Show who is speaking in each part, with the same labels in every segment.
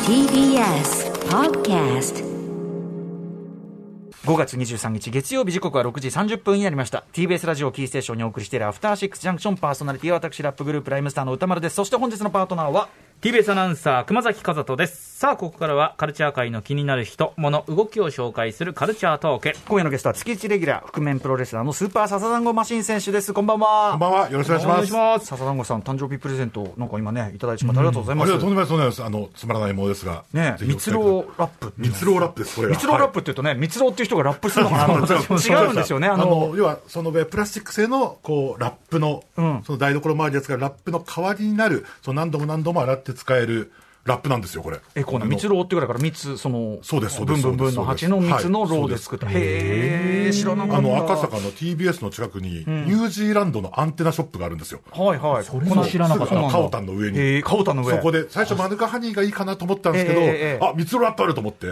Speaker 1: TBS Podcast
Speaker 2: 5月23日月曜日時刻は6時30分になりました TBS ラジオキーステーションにお送りしているアフターシックスジャンクションパーソナリティは私ラップグループライムスターの歌丸ですそして本日のパートナーは
Speaker 3: TBS アナウンサー熊崎和人ですさあここからはカルチャー界の気になる人物動きを紹介するカルチャートーク
Speaker 2: 今夜のゲストは月1レギュラー覆面プロレスラーのスーパーササダンゴマシン選手ですこんばん
Speaker 4: こん
Speaker 2: は
Speaker 4: ばんは。よろしくお願いし
Speaker 3: ま
Speaker 4: ます。
Speaker 2: 笹団子さん誕生日プレゼントなんか今ねいただいてしまってありがとうござい
Speaker 4: あ
Speaker 2: ま
Speaker 4: り
Speaker 2: す
Speaker 4: がとうございます。とんでもないです。あの、つまらないものですが。
Speaker 2: ね
Speaker 4: ぜひお
Speaker 2: 蜜
Speaker 4: 伝え
Speaker 2: ろ
Speaker 4: ください
Speaker 2: ラップ
Speaker 4: 蜜ろラップです、これが。
Speaker 2: 蜜ろラッ
Speaker 4: プ
Speaker 2: プって言うとね蜜ろっていう人がラップするのかなと思っ たら違うんですよねあ
Speaker 4: あ
Speaker 2: の
Speaker 4: の、要は、その上、プラスチック製の、こう、ラップの、その台所周りですから、ラップの代わりになる、その何度も何度も洗って使える、ラップなんですよ、これ。
Speaker 2: エコーな蜜ろうっていうからから蜜その
Speaker 4: そうですそうで
Speaker 2: ブン
Speaker 4: す
Speaker 2: ブンブンの蜂の蜜のろうで作ったへえ知らなか
Speaker 4: あ
Speaker 2: った
Speaker 4: の、赤坂の TBS の近くに、ニュージーランドのアンテナショップがあるんですよ。
Speaker 2: はいはい。それ
Speaker 3: も知らなかった
Speaker 4: すぐあのカオタンの上に。
Speaker 2: へえ、カオタンの上。
Speaker 4: そこで、最初、マヌカハニーがいいかなと思ったんですけど、
Speaker 2: ええええ
Speaker 4: あ、蜜ろラップあると思って。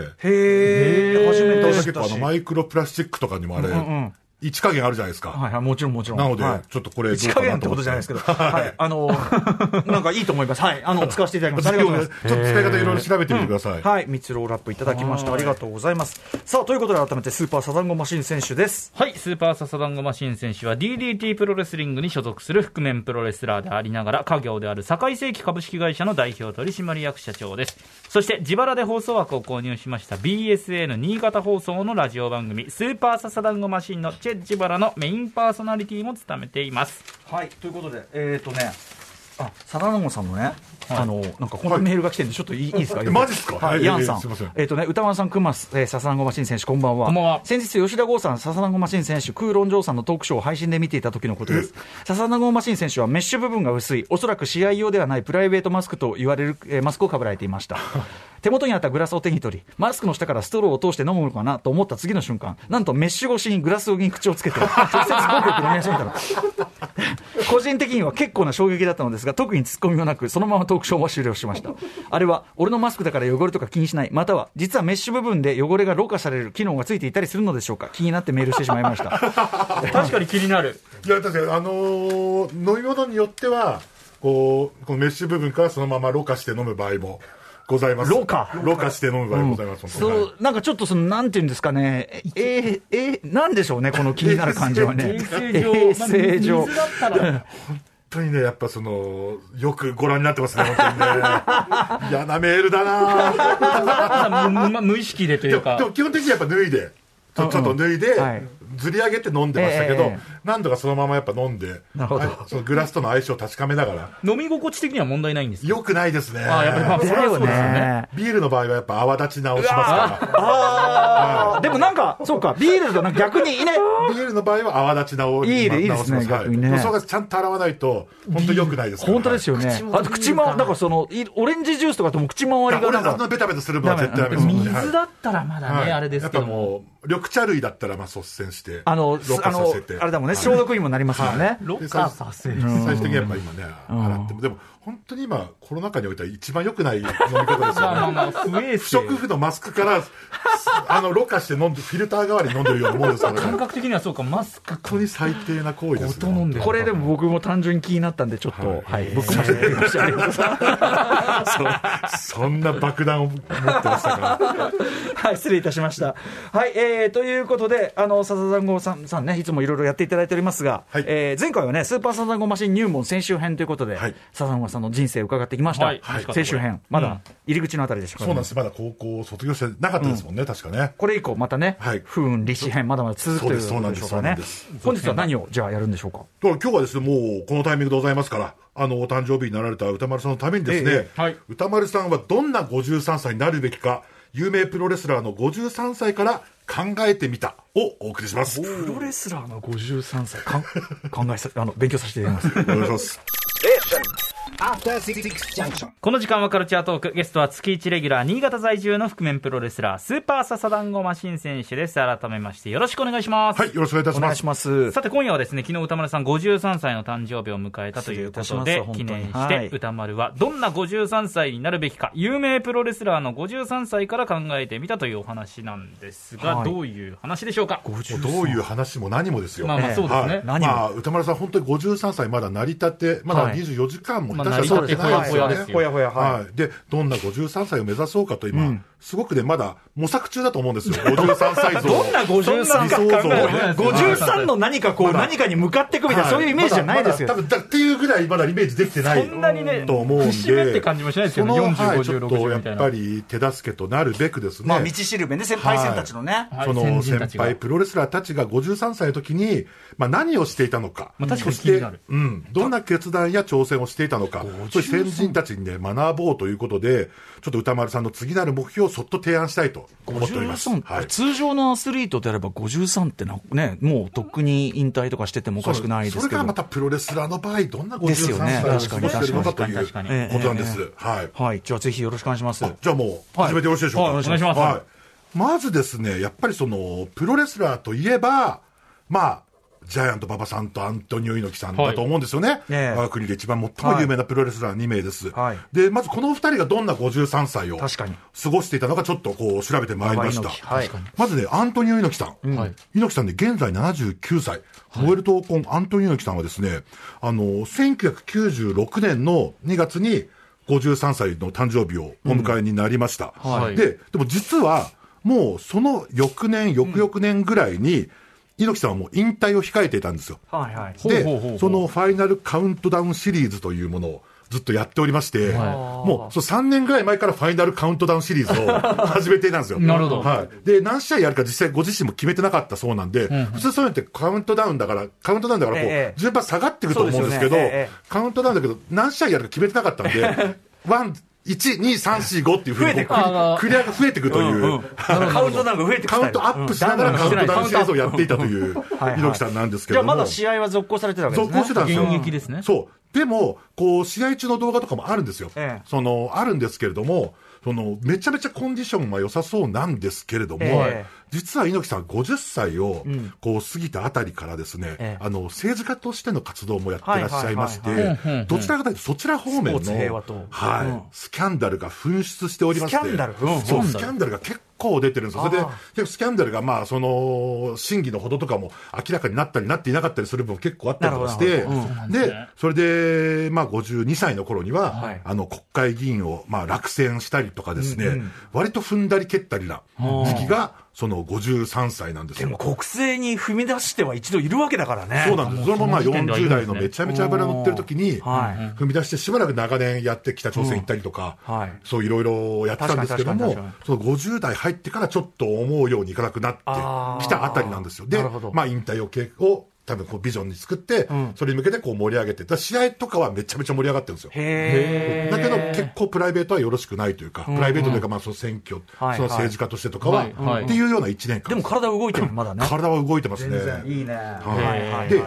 Speaker 2: へえ、初めて知
Speaker 4: 結
Speaker 2: った
Speaker 4: 構あ
Speaker 2: し。
Speaker 4: の
Speaker 2: は
Speaker 4: マイクロプラスチックとかにもあれ、位置加減あるじゃないですか。
Speaker 2: いはい、もちろんもちろん。
Speaker 4: なので
Speaker 2: はい
Speaker 4: ちょっとこれどうか
Speaker 2: 一
Speaker 4: な
Speaker 2: 加減ってことじゃないですけど。はい。あの、 なんかいいと思います。はい。あ の、使わせていただきます。ありがとうございます。
Speaker 4: ちょっと使い方いろいろ調べてみてください。
Speaker 2: はい、蜜ろうラップいただきました。ありがとうございます。さあ、ということで改めてスーパーサザンゴマシン選手です。
Speaker 3: はいスーパーササダンゴマシン選手は DDT プロレスリングに所属する覆面プロレスラーでありながら家業である堺世紀株式会社の代表取締役社長ですそして自腹で放送枠を購入しました BSN 新潟放送のラジオ番組スーパーササダンゴマシンのチェ・ジバラのメインパーソナリティも務めています
Speaker 2: はい、ということで、えっとね、あ、サダンゴさんのね、あの、なんかこんなメールが来てるんで、ちょっといいいいですか
Speaker 4: えマジっすか
Speaker 2: はい、
Speaker 4: ええ
Speaker 2: ヤンさん
Speaker 4: すいません。
Speaker 2: えっとね、歌丸さん、熊す、えー、笹団子マシン選手、こんばんは。
Speaker 3: こんばんは
Speaker 2: 先日、吉田剛さん、笹団子マシン選手、空論城さんのトークショーを配信で見ていた時のことです。笹団子マシン選手はメッシュ部分が薄い、おそらく試合用ではないプライベートマスクと言われる、えーマスクをかぶられていました。手元にあったグラスを手に取り、マスクの下からストローを通して飲むのかなと思った次の瞬間、なんとメッシュ越しにグラスに口をつけて、直接ゴクゴク飲み始めたの。個人的には結構な衝撃だったのですが特にツッコミもなくそのままトークショーは終了しましたあれは俺のマスクだから汚れとか気にしないまたは実はメッシュ部分で汚れがろ過される機能がついていたりするのでしょうか気になってメールしてしまいました
Speaker 3: 確かに気になる
Speaker 4: いや、確かに、あのー飲み物によっては、こう、このメッシュ部分からそのままろ過して飲む場合もございます。
Speaker 2: ろ過
Speaker 4: ろ過して飲む場合もございます。本当
Speaker 2: そ
Speaker 4: に
Speaker 2: うなんかちょっとそのなんていうんですかねええええなんでしょうねこの気になる感じはね衛生上
Speaker 3: だったら
Speaker 4: 本当にね、やっぱその、よくご覧になってますね、本当にね。嫌なメールだなぁ
Speaker 3: まあ無無意識でとい
Speaker 4: で
Speaker 3: う
Speaker 4: もでも
Speaker 3: か、
Speaker 4: 基本的にやっぱ脱いで、ちょちょっと脱いで
Speaker 2: はい、
Speaker 4: ずり上げて飲んでましたけど、
Speaker 2: ええ
Speaker 4: 何度かそのままやっぱ飲んで、
Speaker 2: なるほど
Speaker 4: あそのグラスとの相性を確かめながら、
Speaker 3: 飲み心地的には問題ないんですよ。
Speaker 4: よくないですね。
Speaker 3: ああやっぱりまあ
Speaker 2: だよね
Speaker 4: ビールの場合はやっぱ泡立ち直しますか
Speaker 2: あーでもなんかそうかビールだとなんか逆にね
Speaker 4: ら。ビールの場合は泡立ち直
Speaker 2: いいね
Speaker 4: 直
Speaker 2: いいですね
Speaker 4: 直します
Speaker 2: 逆にね
Speaker 4: はい、そうがちゃんと洗わないと、本当に良くないですから
Speaker 2: 本当ですよねあと口まだからそのいオレンジジュースとかとも口周
Speaker 4: はい
Speaker 2: り
Speaker 4: だ
Speaker 2: が
Speaker 4: から
Speaker 2: なん
Speaker 4: 俺らあん
Speaker 2: か
Speaker 4: なベタベタする分は絶対ダメです
Speaker 2: ダメ
Speaker 4: もんねはい
Speaker 3: 水だったらまだね、
Speaker 4: はい
Speaker 3: あれですけども。
Speaker 4: やっぱもう緑茶類だったらまあ率先して
Speaker 2: あの、
Speaker 4: ろ
Speaker 2: あ
Speaker 4: 過さ
Speaker 2: の
Speaker 4: せて、
Speaker 2: あれだもんね、
Speaker 4: はい
Speaker 2: 消毒にもなりますもんね。
Speaker 3: ろ
Speaker 4: で
Speaker 3: 過させる
Speaker 4: 最終的にやっぱ今ね洗ってもでも本当に今コロナ禍においては一番良くない飲み方です
Speaker 3: まあま
Speaker 4: よ
Speaker 3: あ
Speaker 4: ね
Speaker 3: まあ、不衛
Speaker 4: 不
Speaker 3: 生。
Speaker 4: 織布のマスクからすあのろ過して飲んでフィルター代わりに飲んでるようなもんですからね
Speaker 3: 感
Speaker 4: 本
Speaker 3: 覚的にはそうか、マスク
Speaker 4: 当に最低な行為です
Speaker 3: ごと飲んで
Speaker 2: これでも僕も単純に気になったんで、ちょっと、はい、僕もやってみました。ありがとうございます
Speaker 4: そそんな爆弾を持ってましたから
Speaker 2: はい、失礼いたしました。はい、えー、ということで、あの、笹団子さんさんね、いつもいろいろやっていただいておりますが、
Speaker 4: はい
Speaker 2: えー前回はね、スーパーサザンゴマシン入門先週編ということで、
Speaker 4: はい
Speaker 2: 笹団子さんの人生を伺ってきました。
Speaker 3: はいはい
Speaker 2: 先週編、まだ入り口のあたりでしょ
Speaker 4: そうなんですまだ高校を卒業してなかったですもんね、確かね
Speaker 2: これ以降、またね、
Speaker 4: はい
Speaker 2: 不運、立志編、まだまだ続くということでしょう
Speaker 4: そう
Speaker 2: か
Speaker 4: なん
Speaker 2: ね
Speaker 4: ですそうなん。
Speaker 2: 本日は何を、じゃあやるんでしょうか。
Speaker 4: だから今日はですね、もうこのタイミングでございますから、あの、お誕生日になられた歌丸さんのためにですね、
Speaker 2: え
Speaker 3: えはい
Speaker 4: 歌丸さんはどんな53歳になるべきか、有名プロレスラーの53歳から考えてみたをお送りします。お
Speaker 2: プロレスラーの53歳、かん考えさ、あの、勉強させていただきます。
Speaker 4: 願いします。
Speaker 5: After Six Junction.
Speaker 3: この時間はカルチャートーク、ゲストは月1レギュラー、新潟在住の覆面プロレスラー、スーパーササダンゴマシン選手です。改めまして、よろしくお願いします。
Speaker 4: はい、よろしくお願いいたし
Speaker 2: お願
Speaker 4: ま
Speaker 2: い
Speaker 4: す。
Speaker 2: します。
Speaker 3: さて今夜はですね昨日歌丸さん53歳の誕生日を迎えたというこ
Speaker 2: 失礼いたし
Speaker 3: とで
Speaker 2: ます
Speaker 3: 記
Speaker 2: 本
Speaker 3: 念し
Speaker 2: 当にはい
Speaker 3: て歌丸はどんな53歳になるべきか有名プロレスラーの53歳から考えてみたというお話なんですが、
Speaker 2: はい
Speaker 3: どういう話でしょうか
Speaker 4: もうどういう話も何もですよ。
Speaker 3: まあまあそうですね、
Speaker 4: はい、
Speaker 2: 何も
Speaker 4: まあ、歌丸さん、本当に53歳、まだ成り立て、ま
Speaker 2: は
Speaker 4: だ
Speaker 2: い
Speaker 4: 24時間も
Speaker 3: ま成り立ってほやほやですよ。
Speaker 2: ほやほや、はい。
Speaker 4: はい、でどんな53歳を目指そうかと今、すごくね、まだ模索中だと思うんですよ、53歳像
Speaker 2: どんな53
Speaker 4: 理想像をね、
Speaker 2: 53の何かこう、何かに向かっていくみたいな、そういうイメージじゃないですよ
Speaker 4: ま。だまだ多分だっていうぐらい、まだイメージできてない
Speaker 3: そんなにね
Speaker 4: と思うんで、
Speaker 3: 節目って感じもしないですけどね
Speaker 4: その
Speaker 3: 40
Speaker 4: はいちょっと
Speaker 3: 50
Speaker 4: やっ
Speaker 3: みたいな
Speaker 4: ぱり手助けとなるべくですね、
Speaker 2: まあ、道しるべね、先輩戦たちのね。
Speaker 3: はい
Speaker 4: そ
Speaker 3: 先
Speaker 4: の
Speaker 3: 人たち
Speaker 4: 先
Speaker 3: が
Speaker 4: 輩プロレスラーたちが53歳の時に、まあ、何をしていたのか、
Speaker 3: まあ確かに
Speaker 4: そ
Speaker 3: 気になる
Speaker 4: してうん、どんな決断や挑戦をしていたのか、そういう先人たちに、ね、学ぼうということで、ちょっと歌丸さんの次なる目標をそっと提案したいと思っております。は
Speaker 2: 53
Speaker 4: い
Speaker 2: 通常のアスリートであれば53ってな、ね、もうとっくに引退とかしててもおかしくないで
Speaker 4: そ
Speaker 2: す
Speaker 4: れ
Speaker 2: けど
Speaker 4: がまたプロレスラーの場合、どんな
Speaker 2: です
Speaker 4: 53
Speaker 2: よね
Speaker 4: 歳を過ごしているのか
Speaker 3: 確
Speaker 4: と
Speaker 3: かに
Speaker 4: いう
Speaker 3: 確
Speaker 4: こ
Speaker 3: か
Speaker 4: と
Speaker 3: に
Speaker 2: 確かに
Speaker 4: なんです。はい
Speaker 2: はい、じゃあぜひよろしくお願いします。
Speaker 4: じゃあもう
Speaker 2: はい
Speaker 4: 始めてよろしいでしょうか、
Speaker 2: はいお願いし
Speaker 3: ますお願いします
Speaker 4: いまずですねやっぱりそのプロレスラーといえばまあジャイアント馬場さんとアントニオ猪木さんだと思うんですよね、
Speaker 2: ええ
Speaker 4: 我が国で一番最も有名なプロレスラー2名です、
Speaker 2: はい
Speaker 4: でまずこの2人がどんな53歳を
Speaker 2: 確かに
Speaker 4: 過ごしていたのかちょっとこう調べてまいりました、
Speaker 2: 馬場猪木はい
Speaker 4: まずねアントニオ猪木さん、
Speaker 3: はい
Speaker 4: 猪木さんね現在79歳、モエルトコンアントニオ猪木さんはですねあの1996年の2月に53歳の誕生日をお迎えになりました、
Speaker 3: はい
Speaker 4: ででも実はもうその翌年翌々年ぐらいに、猪木さんはもう引退を控えていたんですよ
Speaker 2: はいはい。
Speaker 3: ほうほうほうほう
Speaker 4: でそのファイナルカウントダウンシリーズというものをずっとやっておりまして、
Speaker 3: は
Speaker 4: もうそう3年ぐらい前からファイナルカウントダウンシリーズを始めていたんですよ。
Speaker 3: なるほど
Speaker 4: はい、で何試合やるか実際ご自身も決めてなかったそうなんで、普通そういうのってカウントダウンだからカウントダウンだからこう、
Speaker 2: ええ
Speaker 4: 順番下がっていくと思うんです
Speaker 2: そ
Speaker 4: け
Speaker 2: うです
Speaker 4: ど
Speaker 2: よねええ
Speaker 4: カウントダウンだけど何試合やるか決めてなかったんでワン1、2、3、4、5っていうふうにこう
Speaker 2: 増
Speaker 4: クリ
Speaker 3: あー
Speaker 4: クリアが増えていくという、
Speaker 2: カウントダウンが増えてく
Speaker 4: カウントアップしながらカウントダウンシリーズをやっていたという
Speaker 2: いはい
Speaker 4: 猪木さんなんですけ
Speaker 2: じゃあ
Speaker 4: ど
Speaker 2: ま
Speaker 4: も
Speaker 2: だ試合は続行されてたわけです
Speaker 4: 続
Speaker 2: ね。
Speaker 4: 行してたんですよ。
Speaker 3: 現役ですね
Speaker 4: そう。でも、こう、試合中の動画とかもあるんですよ。
Speaker 2: ええ
Speaker 4: その、あるんですけれども、その、めちゃめちゃコンディションは良さそうなんですけれども、
Speaker 2: ええ
Speaker 4: 実は猪木さん50歳を
Speaker 2: ん、
Speaker 4: こう、過ぎたあたりからですね、
Speaker 2: ええ
Speaker 4: あの、政治家としての活動もやってらっしゃいまし
Speaker 2: はいはい
Speaker 3: はいはい
Speaker 4: て、どちらかというとそちら方面
Speaker 2: スポーツ平和
Speaker 4: の
Speaker 2: と、
Speaker 4: はい、
Speaker 2: うん
Speaker 4: スキャンダルが噴出しておりまして、
Speaker 2: スキャンダルうん
Speaker 4: そう、
Speaker 3: ス
Speaker 4: ス
Speaker 3: キ
Speaker 4: キ
Speaker 3: ャ
Speaker 4: ャンダルが結構出てるんですよ。それで
Speaker 2: ああ、
Speaker 4: 結構スキャンダルが、まあ、その、審議のほどとかも明らかになったりなっていなかったりする部分も結構あったりとかし
Speaker 2: な
Speaker 4: て、
Speaker 2: るほどなる
Speaker 4: で、それで、まあ、52歳の頃には、
Speaker 2: はい
Speaker 4: あの、国会議員を、まあ、落選したりとかですね、
Speaker 2: うんうん
Speaker 4: 割と踏んだり蹴ったりな時期が、その53歳なんです
Speaker 2: でも
Speaker 4: よ。
Speaker 2: 国政に踏み出しては一度いるわけだからね。
Speaker 4: そうなんです。それもまあ
Speaker 3: その時点ではいい
Speaker 4: 40
Speaker 3: んです
Speaker 4: 代
Speaker 3: ね
Speaker 4: のめちゃめちゃ油乗ってる時に、
Speaker 2: はい。
Speaker 4: 踏み出してしばらく長年やって北朝鮮行ったりとか、
Speaker 2: うんはい
Speaker 4: そういろいろやってたんですけど
Speaker 2: 確
Speaker 4: も
Speaker 2: かに確かに確か、
Speaker 4: その50代入ってからちょっと思うようにいかなくなって
Speaker 2: あー
Speaker 4: きたあたりなんですよ。で
Speaker 2: なるほど、
Speaker 4: まあ、引退を計を多分こうビジョンに作って、
Speaker 2: ん
Speaker 4: それに向けてこう盛り上げて、だから試合とかはめちゃめちゃ盛り上がってるんですよ。
Speaker 2: へえ。
Speaker 4: だけど結構プライベートはよろしくないというか、プライベートというかまあその選挙、
Speaker 2: はい
Speaker 4: その政治家としてとかは、
Speaker 3: はいはい
Speaker 4: っていうような1年間
Speaker 2: でも体動いてるまだね。
Speaker 4: 体は動いてますね。
Speaker 2: いいね。
Speaker 4: はい
Speaker 2: はい
Speaker 4: で、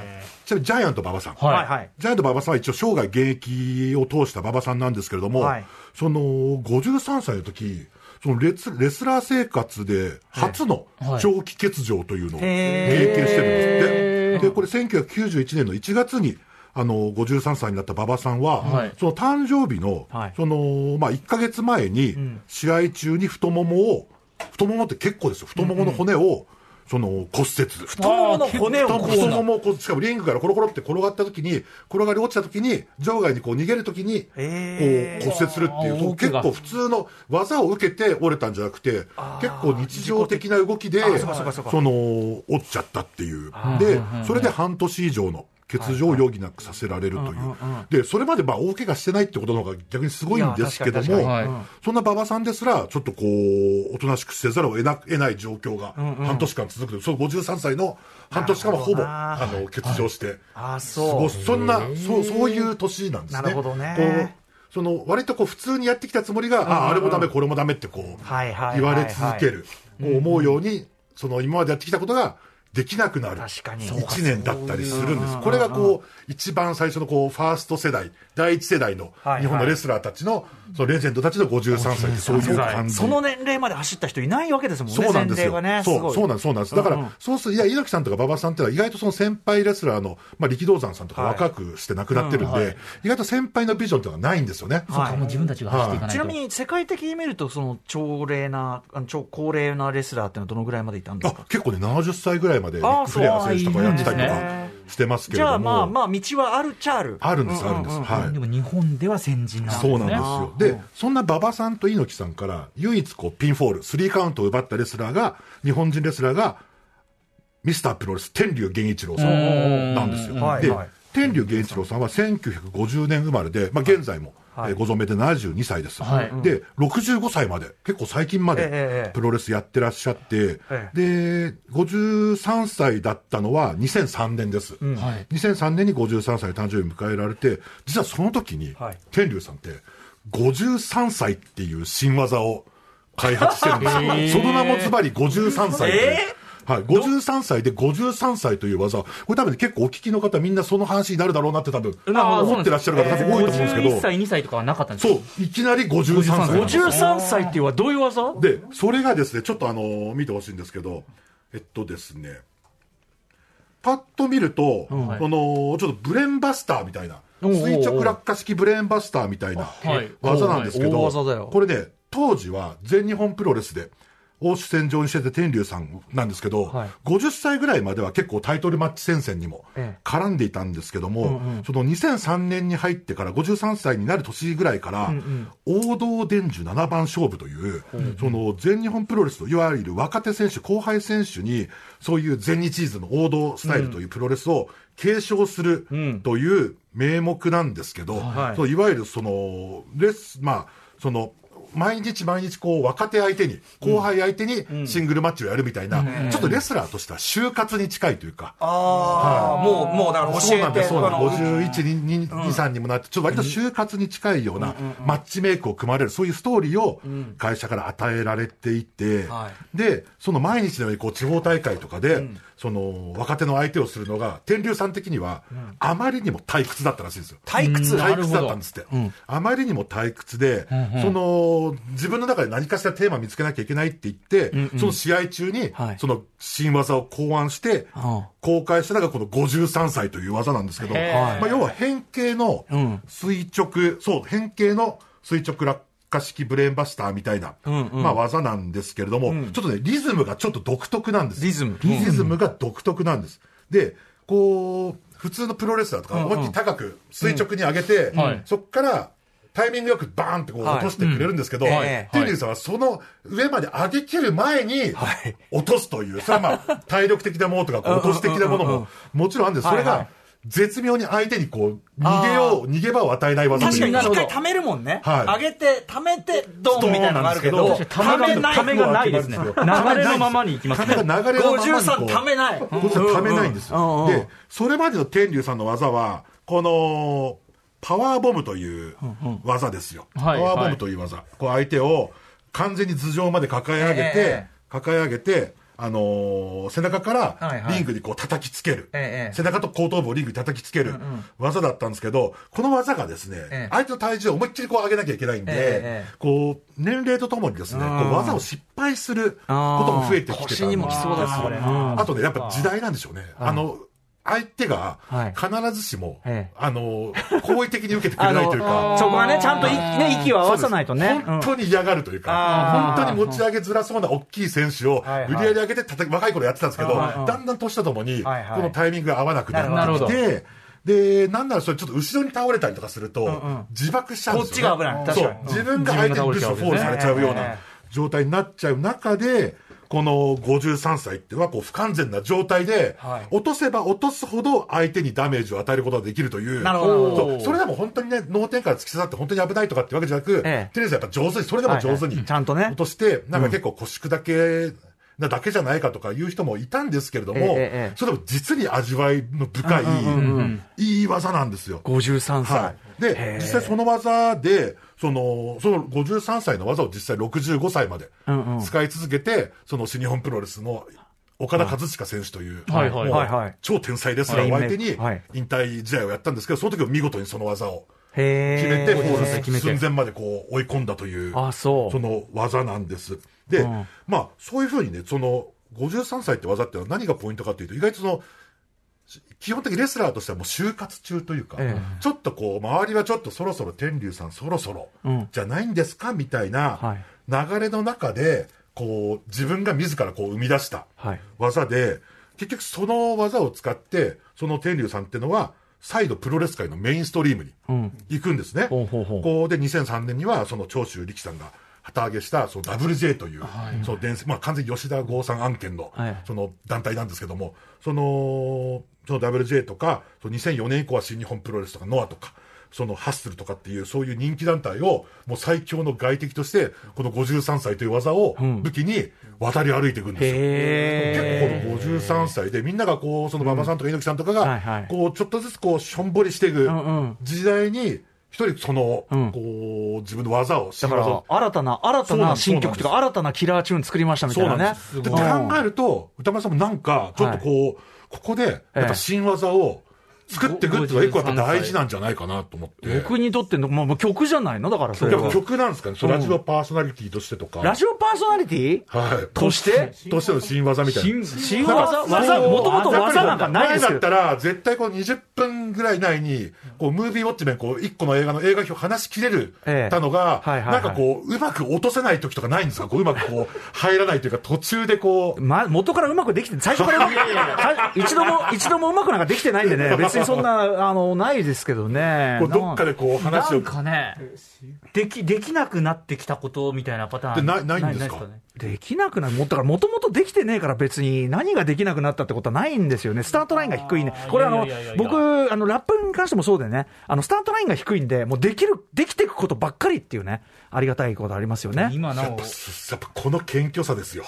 Speaker 4: ちなみにジャイアント馬場さん、
Speaker 3: い
Speaker 2: はいはい。
Speaker 4: ジャイアント馬場さんは一応生涯現役を通した馬場さんなんですけれども、
Speaker 2: はい
Speaker 4: その53歳の時そのレスレスラー生活で初の
Speaker 3: はい
Speaker 4: 長期欠場というのを経
Speaker 2: へー
Speaker 4: 験してるんですって、でこれ、1991年の1月にあの53歳になった馬場さんは、
Speaker 3: はい
Speaker 4: その誕生日の,、
Speaker 2: はい
Speaker 4: そのまあ、1か月前に、試合中に太ももを、太ももって結構ですよ、太ももの骨を、その骨折。
Speaker 2: 太ももの骨を
Speaker 4: 太
Speaker 2: こう
Speaker 4: ももをこうしかもリングからコロコロって転がった時に転がり落ちた時に場外にこう逃げる時にこう
Speaker 2: へー
Speaker 4: 骨折するっていう
Speaker 3: あー
Speaker 4: そう
Speaker 3: 大
Speaker 4: 結
Speaker 3: 怪我
Speaker 4: 構普通の技を受けて折れたんじゃなくて結構日常的な動きで
Speaker 2: あーそうかそうかそうか
Speaker 4: その折っちゃったっていう
Speaker 2: あー
Speaker 4: でそれで半年以上の欠場を余儀なくさせられるというでそれまでまあ大怪我してないってことの方が逆にすごいんですけど
Speaker 2: いや確かに確
Speaker 4: も
Speaker 3: かに
Speaker 4: うんそんな馬場さんですらちょっとこうおとなしくせざるを得な得ない状況が半年間続くというその53歳の半年間はほぼ
Speaker 2: なる
Speaker 4: あの欠場して
Speaker 2: ああ、
Speaker 4: 過
Speaker 2: そ
Speaker 4: ご
Speaker 2: う。
Speaker 4: すそんなそうそういう年なんですね。
Speaker 2: なるほどね
Speaker 4: こうその割とこう普通にやってきたつもりが、ああれもダメこれもダメってこう
Speaker 2: はいはいはいはい
Speaker 4: 言われ続ける、こう思うようにその今までやってきたことができなくなる
Speaker 2: 確かに
Speaker 4: 1年だったりするんですこれがこう一番最初のこうファースト世代第一世代の
Speaker 2: はい
Speaker 4: 日本のレスラーたちのそのレジェンドたちの53歳ってそういう感じ
Speaker 2: その年齢まで走った人いないわけですもんね。
Speaker 4: そうなんです
Speaker 2: 前例
Speaker 4: よ。
Speaker 2: がね。
Speaker 4: そう、そう
Speaker 2: なん
Speaker 4: なんです、そうなんです。だから、
Speaker 2: うんうん
Speaker 4: そうする、いや、猪木さんとか馬場さんってのは、意外とその先輩レスラーの、まあ、力道山さんとか
Speaker 2: はい
Speaker 4: 若くして亡くなってるんで、
Speaker 3: うんはい
Speaker 4: 意外と先輩のビジョンとかないんですよね。
Speaker 3: そうか、もう自分たちが走っていかない
Speaker 2: ち
Speaker 3: と。
Speaker 2: なみに世界的に見ると、その、朝礼な、あの超高齢なレスラーってのはどのぐらいまでいたんです
Speaker 4: あ
Speaker 2: か
Speaker 4: 結構ね、70歳ぐらいままで、
Speaker 2: あー
Speaker 4: フレア選手とかやってたりと
Speaker 3: そういい
Speaker 4: かしてますけ
Speaker 2: じ
Speaker 4: れど
Speaker 2: ゃ
Speaker 4: も。
Speaker 2: あまあまあ、道はあるっちゃある。
Speaker 4: あるんです、あるんです。はい。
Speaker 3: でも日本では先人なんですね
Speaker 4: そうなんですよ。で、そんな馬場さんと猪木さんから、唯一こう、ピンフォール、スリーカウントを奪ったレスラーが、日本人レスラーが、ミスタープロレス、天竜源一郎さんなんですよ。
Speaker 2: はい
Speaker 4: で
Speaker 2: はい、
Speaker 4: 天竜源一郎さんは1950年生まれで、まあ、現在も、
Speaker 2: はい
Speaker 4: えーご存命で72歳です、
Speaker 3: はい
Speaker 4: で、65歳まで、結構最近ま
Speaker 2: ええええ
Speaker 4: でプロレスやってらっしゃって、
Speaker 2: え
Speaker 4: で、53歳だったのは2003年です。
Speaker 3: はい
Speaker 4: 2003年に53歳の誕生日を迎えられて、実はその時に、
Speaker 2: はい
Speaker 4: 天竜さんって、53歳っていう新技を開発してる んですよ。その名もズバリ53歳で。はい、53歳で53歳という技を、これ多分ね結構お聞きの方みんなその話になるだろうなって多分、
Speaker 3: なるほど
Speaker 4: 思ってらっしゃる方多分多いと思うんですけど、
Speaker 3: 51歳、2歳とかはなかったんです
Speaker 4: そう、いきなり53歳なんですよ
Speaker 2: 53歳っていうはどういう技
Speaker 4: で、それがですね、ちょっとあのー見てほしいんですけど、えっとですね、パッと見ると、
Speaker 3: ん
Speaker 4: このちょっとブレーンバスターみたいな、
Speaker 2: おうおう
Speaker 4: 垂直落下式ブレーンバスターみたいな
Speaker 3: はい
Speaker 4: 技なんですけど、
Speaker 2: 大技だよ
Speaker 4: これね、当時は全日本プロレスで、欧州戦場にしてて天竜さんなんですけど、
Speaker 2: はい
Speaker 4: 50歳ぐらいまでは結構タイトルマッチ戦線にも
Speaker 2: ええ
Speaker 4: 絡んでいたんですけども、その2003年に入ってから53歳になる年ぐらいから、王道伝授7番勝負という、その全日本プロレスのいわゆる若手選手、後輩選手に、そういう全日イズの王道スタイルというプロレスを継承するという名目なんですけど、
Speaker 2: はい
Speaker 4: そういわゆるその、レス、まあ、その、毎日毎日こう若手相手に、後輩相手にシングルマッチをやるみたいな、ちょっとレスラーとしては就活に近いというか、
Speaker 1: ああ、もう、もうだから
Speaker 4: そ
Speaker 1: 教
Speaker 4: うなん
Speaker 1: え
Speaker 4: で
Speaker 1: て、
Speaker 4: す、そうなん
Speaker 1: あ
Speaker 4: です、51、2、2 3にもなって、ちょっと割と就活に近いようなマッチメイクを組まれる、そういうストーリーを会社から与えられていて、
Speaker 1: は
Speaker 4: で、その毎日のようにこう地方大会とかで、その若手の相手をするのが、天竜さん的には、あまりにも退屈だったらしいんですよ。
Speaker 1: 退屈
Speaker 4: 退屈だったんですって、あまりにも退屈で、その自分の中で何かしらテーマ見つけなきゃいけないって言って、その試合中に、
Speaker 3: はい
Speaker 4: その新技を考案して、
Speaker 3: あ
Speaker 4: 公開したのがこの53歳という技なんですけど、
Speaker 3: へー
Speaker 4: まあ、要は変形の
Speaker 3: ん
Speaker 4: 垂直、そう、変形の垂直落下式ブレーンバスターみたいな、
Speaker 3: んうん
Speaker 4: まあ、技なんですけれども、ちょっとね、リズムがちょっと独特なんです。
Speaker 2: リズム
Speaker 4: リズムが独特なんです。で、こう、普通のプロレスラーとか、思いっきり高く、垂直に上げて、
Speaker 3: んはい
Speaker 4: そこから、タイミングよくバーンってこう
Speaker 2: はい
Speaker 4: 落としてくれるんですけど、
Speaker 2: うん
Speaker 4: 天
Speaker 2: ええ
Speaker 4: 竜さんはその上まで上げきる前に落とすという、それはまあ体力的なものとかこう落とし的なものももちろんあるんです。それ
Speaker 2: はいは
Speaker 4: が絶妙に相手にこう逃げよう、逃げ場を与えない技と
Speaker 1: 確か
Speaker 4: い
Speaker 1: に
Speaker 4: う
Speaker 1: 一回貯めるもんね。
Speaker 4: はい
Speaker 1: 上げて、貯めて、ドンみたいなのがあるけど、
Speaker 4: スト
Speaker 3: ため
Speaker 1: 貯め
Speaker 3: が
Speaker 1: ない
Speaker 3: ためがないですね。流れのままにいきますね。
Speaker 4: なんか流れのままにこう
Speaker 1: 53貯めない。
Speaker 4: こっちはためないんですよ。で、それまでの天竜さんの技は、この、パワーボムという技ですよ。パ
Speaker 3: はい
Speaker 4: ワーボムという技。こう相手を完全に頭上まで抱え上げ
Speaker 1: え
Speaker 4: て
Speaker 1: え、
Speaker 4: 抱え上げて、あのー背中か
Speaker 1: はい
Speaker 4: ら
Speaker 1: はい
Speaker 4: リングにこう叩きつける。
Speaker 1: ええ
Speaker 4: 背中と後頭部をリングに叩きつける技だったんですけど、この技がですね、
Speaker 1: ええ
Speaker 4: 相手の体重を思いっきりこう上げなきゃいけないんで、
Speaker 1: ええ
Speaker 4: こう、年齢とともにですね、こう技を失敗することも増えてきてたんで
Speaker 1: 腰にも来そうです、これ。
Speaker 4: あとね、やっぱ時代なんでしょうね。あの、相手が
Speaker 2: はい
Speaker 4: 必ずしも、
Speaker 2: ええ
Speaker 4: あの、好意的に受けてくれないという
Speaker 2: あの
Speaker 4: か、
Speaker 2: そこはね、ちゃんとい、ね、息を合わさないとね。
Speaker 4: 本当に嫌がるというか、本当に持ち上げづらそうな大きい選手を
Speaker 2: はいはい
Speaker 4: 無理やり上げて叩き、若い頃やってたんですけど、
Speaker 2: はい
Speaker 4: だんだん年とともに、こ
Speaker 2: はいはい
Speaker 4: のタイミングが合わなく
Speaker 3: なる
Speaker 4: な
Speaker 3: ほ
Speaker 4: って
Speaker 3: ど
Speaker 4: きて、で、なんならそれちょっと後ろに倒れたりとかすると
Speaker 2: ん、
Speaker 4: 自爆しちゃうんですよ、ね。
Speaker 2: こっちが危ない
Speaker 4: そ
Speaker 2: 確
Speaker 4: う
Speaker 2: か。
Speaker 4: 自分が相手にブスフォールされちゃうよう
Speaker 2: うん
Speaker 4: な状態になっちゃう中で、この53歳っていうのはこう不完全な状態で、
Speaker 2: はい
Speaker 4: 落とせば落とすほど相手にダメージを与えることができるという。
Speaker 1: なるほどなるほ
Speaker 4: そうそれでも本当にね、脳天から突き刺さって本当に危ないとかってわけじゃなく、
Speaker 2: ええ
Speaker 4: テニスはやっぱ上手に、それでも上手
Speaker 2: はいはい
Speaker 4: に、
Speaker 2: ちゃんとね
Speaker 4: 落として、なんか結構腰砕けなだけじゃないかとかいう人もいたんですけれども、
Speaker 2: ええええ
Speaker 4: それでも実に味わいの深い、いい技なんですよ。
Speaker 2: 53歳。
Speaker 4: はい、で、実際その技で、その、その53歳の技を実際65歳まで使い続けて、その新日本プロレスの岡田和親選手という、
Speaker 3: はいはい
Speaker 4: もう
Speaker 2: はいはい
Speaker 4: 超天才レスラーを相手に
Speaker 2: はい
Speaker 4: 引退試合をやったんですけど、その時を見事にその技を
Speaker 2: へ
Speaker 4: 決
Speaker 2: ー
Speaker 4: めて、
Speaker 2: へ
Speaker 4: ゴ
Speaker 2: ー
Speaker 4: ール寸前までこう追い込んだという、
Speaker 2: あそう
Speaker 4: その技なんです。で、まあ、そういうふうにね、その、53歳って技ってのは何がポイントかというと、意外とその、基本的にレスラーとしてはもう就活中というか、
Speaker 2: え
Speaker 4: ちょっとこう、周りはちょっとそろそろ天竜さんそろそろ
Speaker 2: ん
Speaker 4: じゃないんですかみたい
Speaker 2: は
Speaker 4: ない流れの中で、こう、自分が自らこう生み出した
Speaker 2: はい
Speaker 4: 技で、結局その技を使って、その天竜さんってのは、再度プロレス界のメインストリームに行くんですね。
Speaker 2: ほうほうほう
Speaker 4: ここで2003年には、その長州力さんが旗揚げした、その WJ という、その伝説、まあ完全に吉田剛さん案件の
Speaker 2: はい、
Speaker 4: その団体なんですけども、その、その WJ とか、その2004年以降は新日本プロレスとか、ノアとか、そのハッスルとかっていう、そういう人気団体を、もう最強の外敵として、この53歳という技を武器に渡り歩いていくんですよ。
Speaker 2: へ
Speaker 4: 結構この53歳でみんながこうその馬場さんとか猪木さんとかが、
Speaker 2: はいはい
Speaker 4: こうちょっとずつこうしょんぼりしていく時代に一人その、
Speaker 2: ん
Speaker 4: こう自分の技を
Speaker 2: だ
Speaker 4: 新
Speaker 2: か
Speaker 4: 技を
Speaker 2: ら、新たな、新た
Speaker 4: そうなん
Speaker 2: な
Speaker 4: です
Speaker 2: 新曲という
Speaker 4: そう
Speaker 2: か、新たなキラーチューン作りましたみた
Speaker 4: そ
Speaker 2: いうな
Speaker 4: な
Speaker 2: ね
Speaker 4: んです。で考えると歌丸さんもなんかちょっとこう、ここでやっぱ新技を作っていくっていうのが一個やっぱ大事なんじゃないかなと思って。
Speaker 2: 僕にとっての、もうもう曲じゃないのだから、それ
Speaker 4: でも
Speaker 2: は。
Speaker 4: 曲なんですかね、そうラジオパーソナリティとしてとか、
Speaker 2: ラジオパーソナリティ
Speaker 4: はい、
Speaker 2: として
Speaker 4: としての新技みたいな。
Speaker 2: 新技、技、もともと技なんかないですけ
Speaker 4: 前だっ
Speaker 2: ど
Speaker 4: た。ら、絶対こう20分ぐらい以内に、こう、ムービーウォッチメン、こう、一個の映画の映画表話しきれる、
Speaker 2: ええ
Speaker 4: たのが、
Speaker 2: はいはいはい
Speaker 4: なんかこう、うまく落とせない時とかないんですかこう、うまくこう、入らないというか、途中でこう、
Speaker 2: ま、元からうまくできて、最初からうまく最一度も、一度もうまくなんかできてないんでね、別にそんな、あの、ないですけどね。
Speaker 4: こうどっかでこう、話
Speaker 3: な
Speaker 4: を
Speaker 3: ん、かねできできなくなってきたことみたいなパターン
Speaker 4: でないないんですか
Speaker 3: ね
Speaker 2: できなくなる、もっとだから、もともとできてねえから、別に何ができなくなったってことはないんですよね、スタートラインが低いね
Speaker 3: あ、ー
Speaker 2: これ、あの
Speaker 3: いやいやいやいや
Speaker 2: 僕、あのラップに関してもそうでね、あのスタートラインが低いんで、もうできる、できていくことばっかりっていうね、ありがたいことありますよね。
Speaker 3: 今な
Speaker 4: やっ
Speaker 3: お
Speaker 4: ぱ、すやっぱこの謙虚さですよ。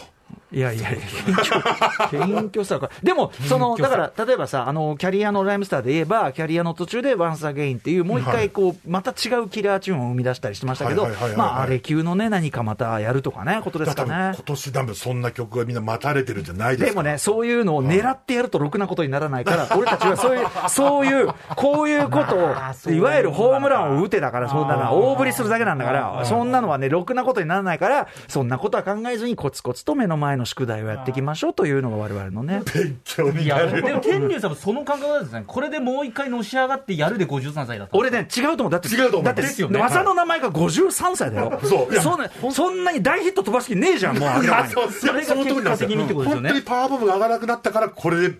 Speaker 2: いやい やいや、謙虚、謙虚さか、でも、そのだから、例えばさ、あのキャリアのライムスターで言えば、キャリアの途中で、ワンスアゲインっていう、もう一
Speaker 4: は
Speaker 2: 回
Speaker 4: い
Speaker 2: こう、また違うキラーチューンを生み出したりしてましたけど
Speaker 4: はいはいはいは、い
Speaker 2: まあ、あれ級のね、何かまたやるとかね、ことで
Speaker 4: だ
Speaker 2: す
Speaker 4: か
Speaker 2: から
Speaker 4: 多分、
Speaker 2: ね
Speaker 4: 今。年多分そんな曲がみんな待たれてるんじゃないです
Speaker 2: で
Speaker 4: か。
Speaker 2: もね、そういうのを狙ってやるとろくなことにならないから、俺たちはそういう、そういう、こういうこと
Speaker 3: まあそう
Speaker 2: を、
Speaker 3: いう
Speaker 2: いわゆるホームランを打てだから、そんな
Speaker 3: あー
Speaker 2: の、大振りするだけなんだから、そんなのはね、ろくなことにならないから、そんなことは考えずに、コツコツと目の前の宿題をやっていきましょうというのが我々のね。
Speaker 4: 勉強に
Speaker 3: い
Speaker 4: な
Speaker 3: や
Speaker 4: る。
Speaker 3: でも天竜さんもその感覚なんですねこれでもう一回のし上がってやるで53歳だった
Speaker 2: 俺ね、違うと思う。だって、
Speaker 4: 違うと思う
Speaker 2: だって、
Speaker 4: です
Speaker 3: よね
Speaker 2: 技の名前が53歳だよ。
Speaker 4: そういや
Speaker 2: そんな、そんなに大ヒット飛ばす気ねえじゃん、もう明らかに。
Speaker 4: そう
Speaker 3: それが
Speaker 4: の通りなんで
Speaker 3: 結果
Speaker 4: す
Speaker 3: 的にってことですよ
Speaker 4: 本
Speaker 3: ね
Speaker 4: 当にパワーボムが上がらなくなったから、これで、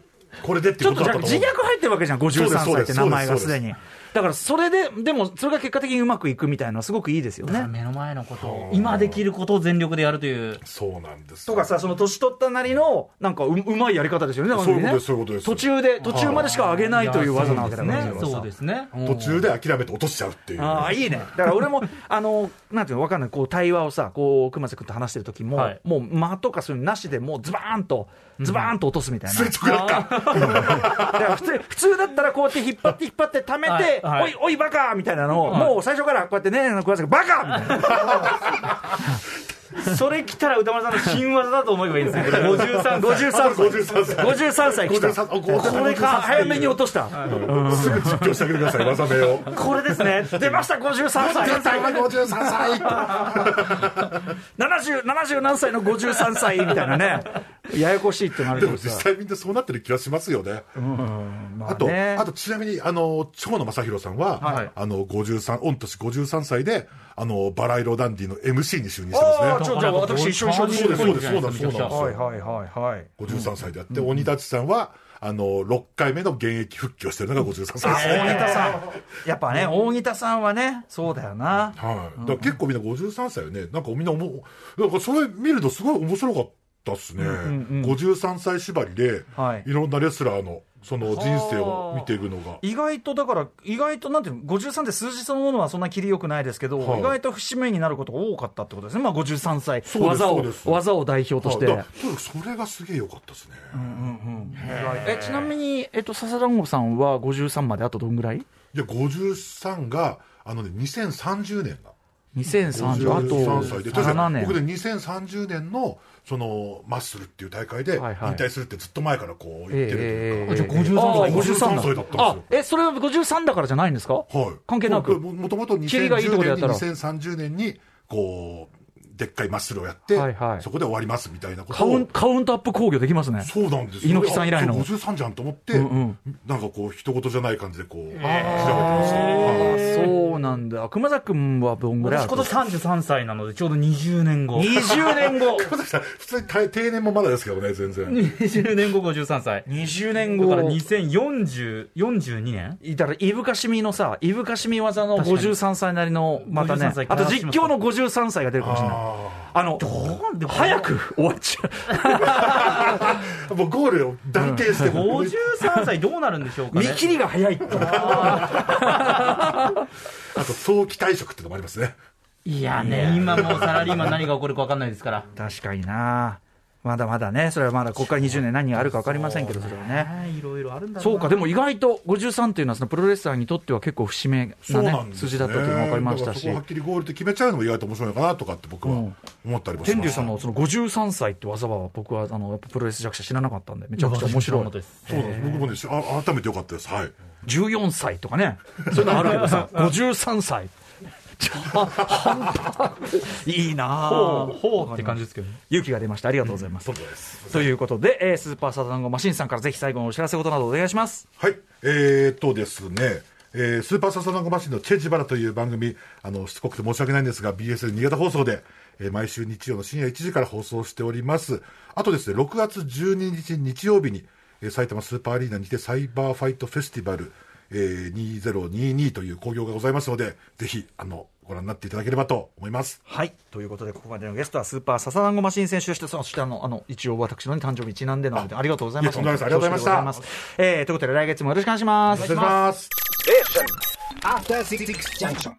Speaker 4: これでって
Speaker 2: ち
Speaker 4: い
Speaker 2: ょ
Speaker 4: う
Speaker 2: っ
Speaker 4: こと
Speaker 2: とじ
Speaker 4: だ
Speaker 2: ゃあ
Speaker 4: った
Speaker 2: 自
Speaker 4: と思う
Speaker 2: 虐。入ってるわけじゃん、53歳って名前がすでに。だからそれで、でもそれが結果的にうまくいくみたいなのはすごくいいですよね。
Speaker 3: 目の前のことを今できることを全力でやるという
Speaker 4: そうなんです。
Speaker 2: とかさ、その年取ったなりの、なんかううまいやり方ですよね、だからね
Speaker 4: そういうことですそういうことです
Speaker 2: 途中で、途中までしか上げないという技なわけだからね。
Speaker 3: そうですね
Speaker 4: 途中で諦めて落としちゃうっていう。
Speaker 2: ああ、いいね。だから俺も、 あの、なんていうの、わかんない、こう、対話をさ、こう、熊瀬君と話してる時も、
Speaker 3: はい
Speaker 2: もう間とかそういうのなしでもうズバーンと、ズバーンと落とすみたいな。
Speaker 4: 垂直落下
Speaker 2: だから普通、普通だったらこうやって引っ張って引っ張って溜めて、
Speaker 3: はいはい
Speaker 2: おい、おい、バカみたいなのを、もう最初からこうやってね、あの熊瀬君、バカみたいな。
Speaker 3: それ来たら歌丸さんの新技だと思えばいいんです ねこれ53歳
Speaker 2: 53歳。
Speaker 4: 53歳
Speaker 2: 53歳来た。
Speaker 4: 53お
Speaker 2: これか、早めに落とした。
Speaker 4: すぐ実況してあげてください、技名 を。
Speaker 2: これですね。出ました、53歳。
Speaker 4: 53歳
Speaker 2: 70、70何歳の53歳みたいなね。ややこしいってなる
Speaker 4: で
Speaker 2: け
Speaker 4: も
Speaker 2: ど
Speaker 4: 実
Speaker 2: さ。
Speaker 4: 際みんなそうなってる気がしますよね。あと、
Speaker 2: ね
Speaker 4: あとちなみに、あの、蝶野正宏さんは、
Speaker 3: はい
Speaker 4: あの、53、御年53歳で、あの、バラ色ダンディの MC に就任して
Speaker 2: ああ、
Speaker 4: ま
Speaker 2: ち
Speaker 4: すね。
Speaker 2: ょ、じゃあ私一緒に一緒に。
Speaker 4: そうです、そうです、そうなんです、そうなんです
Speaker 2: はいはいはいはい。
Speaker 4: 53歳であって、鬼立さんは、あの、6回目の現役復帰をしてるのが53
Speaker 2: あ、
Speaker 4: 歳です。
Speaker 2: 大仁田さん。やっぱね、大仁田さんはね、そうだよな。
Speaker 4: はい、だから結構みんな53歳よね、なんかみんな思う、なんかそれ見るとすごい面白かったっすね、53歳縛りで、
Speaker 2: はい
Speaker 4: い、ろんなレスラーのその人生を見ていくのが、
Speaker 2: 意外とだから、意外となんていうの、53って数字そのものはそんな切りよくないですけど、
Speaker 4: はい
Speaker 2: 意外と節目になることが多かったってことですね、まあ、53歳、
Speaker 4: そうで
Speaker 2: 技
Speaker 4: すそ
Speaker 2: を
Speaker 4: うです
Speaker 2: 技を代表として。
Speaker 4: はいだからそれがすげえ良かったですね、
Speaker 2: えちなみに、えっと、笹団子さんは53まであとどんぐらい
Speaker 4: で53が、あのね、2030年が。
Speaker 2: 2030あと
Speaker 4: 53歳で、確か
Speaker 2: 7
Speaker 4: に
Speaker 2: 年
Speaker 4: 僕で2030年のそのマッスルっていう大会で引
Speaker 2: はいはい
Speaker 4: 退するってずっと前からこう言ってるという
Speaker 2: ええ
Speaker 4: か、
Speaker 3: あじゃあ53
Speaker 4: 歳
Speaker 2: あ
Speaker 4: 53歳だったんですよ
Speaker 2: あえそれは53だからじゃないんですか、
Speaker 4: はい、
Speaker 2: 関係なく
Speaker 4: ももともと
Speaker 2: 霧がいいとこでや
Speaker 4: 2010
Speaker 2: ったら
Speaker 4: 年に2030年にこうでっかいマッスルをやって、
Speaker 2: はいはい
Speaker 4: そこで終わりますみたいなこと
Speaker 2: カウン
Speaker 4: を。
Speaker 2: カウントアップ工業できますね。
Speaker 4: そうなんですよ
Speaker 2: 猪木さん以来の
Speaker 4: あ今日53じゃんと思って、
Speaker 2: うんうん
Speaker 4: なんかこう、人事じゃない感じでこう、調べてました。
Speaker 2: あ
Speaker 4: はい
Speaker 2: ーそうなんだ。熊崎君はどんぐらいあ
Speaker 3: 私
Speaker 2: る
Speaker 3: 今年33歳なのでちょうど20年後
Speaker 2: ?20 年 後。
Speaker 4: 熊崎さん普通に定定年もまだですけどね、全然。
Speaker 3: 20年後53歳
Speaker 2: 20年
Speaker 3: だ
Speaker 2: 後。
Speaker 3: から2042年
Speaker 2: だから、いぶかしみのさ、いぶかしみ技の
Speaker 3: 確かに
Speaker 2: 53歳なりの、またね
Speaker 3: 53歳、
Speaker 2: あと実況の53歳が出るかもしれない。
Speaker 4: あ
Speaker 2: あの、
Speaker 3: でも
Speaker 2: 早く終わっちゃう。
Speaker 4: あ。もうゴールを断定して、 もう
Speaker 3: 53歳どうなるんでしょうか
Speaker 2: 見
Speaker 3: ね
Speaker 2: 切りが早いって。
Speaker 4: あと早期退職ってのもありますね。
Speaker 3: いやね今もうサラリーマン何が起こるか分かんないですから
Speaker 2: 確かになまだまだね、それはまだ国会20年何があるか分かりませんけど、それはね。
Speaker 3: はいいろいろあるんだろ
Speaker 2: そう
Speaker 3: な
Speaker 2: か、でも意外と53っていうのは、そのプロレスラーにとっては結構節目
Speaker 4: そ
Speaker 2: な,、
Speaker 4: う
Speaker 2: ね
Speaker 4: なんです、
Speaker 2: 数字だったっていうのが分かりました
Speaker 4: だらそこ
Speaker 2: し
Speaker 4: をはっ、きりゴールって決めちゃうのも意外と面白いのかなとかって僕は
Speaker 2: うん
Speaker 4: 思ったりもし
Speaker 2: 天
Speaker 4: ま
Speaker 2: 竜
Speaker 4: し
Speaker 2: さ
Speaker 4: た。
Speaker 2: んのその53歳って技は、僕はあのやっぱプロレス弱者知らなかったんで、めちゃくちゃ面白い
Speaker 3: 私もそうです
Speaker 4: そうなんです。僕もね、しあ改めてよかったです。はい。
Speaker 2: 14歳とか ね、そういうのあるけどさ、53歳。ちょ半端いいな
Speaker 3: ほう
Speaker 2: ぁ
Speaker 3: ほうって感じですけどね
Speaker 2: 勇気が出ました。ありがとうございます。ということで、えースーパーサザンゴマシンさんからぜひ最後のお知らせことなどお願いします。
Speaker 4: はい、えー、っとですね、えースーパーササナゴマシンのチェジバラという番組、あの、しつこくて申し訳ないんですが、BSL 新潟放送で、えー毎週日曜の深夜1時から放送しております。あとですね、6月12日日曜日に、えー埼玉スーパーアリーナにてサイバーファイトフェスティバル、えー2022という興行がございますので、ぜひ、あの、ご覧になっていただければと思います。
Speaker 2: はい。ということで、ここまでのゲストはスーパーササダンゴマシン選手でした。そして、あの、あの、一応私のね誕生日ちなんでなので、ありがとうございます。
Speaker 4: いやとんでもな
Speaker 2: 恐
Speaker 4: いですありがとう
Speaker 2: 縮
Speaker 4: ございま
Speaker 2: で
Speaker 4: した
Speaker 2: ございますえーということで、来月もよろしくお願いします。
Speaker 4: 失礼します。
Speaker 5: Station. After Six Junction.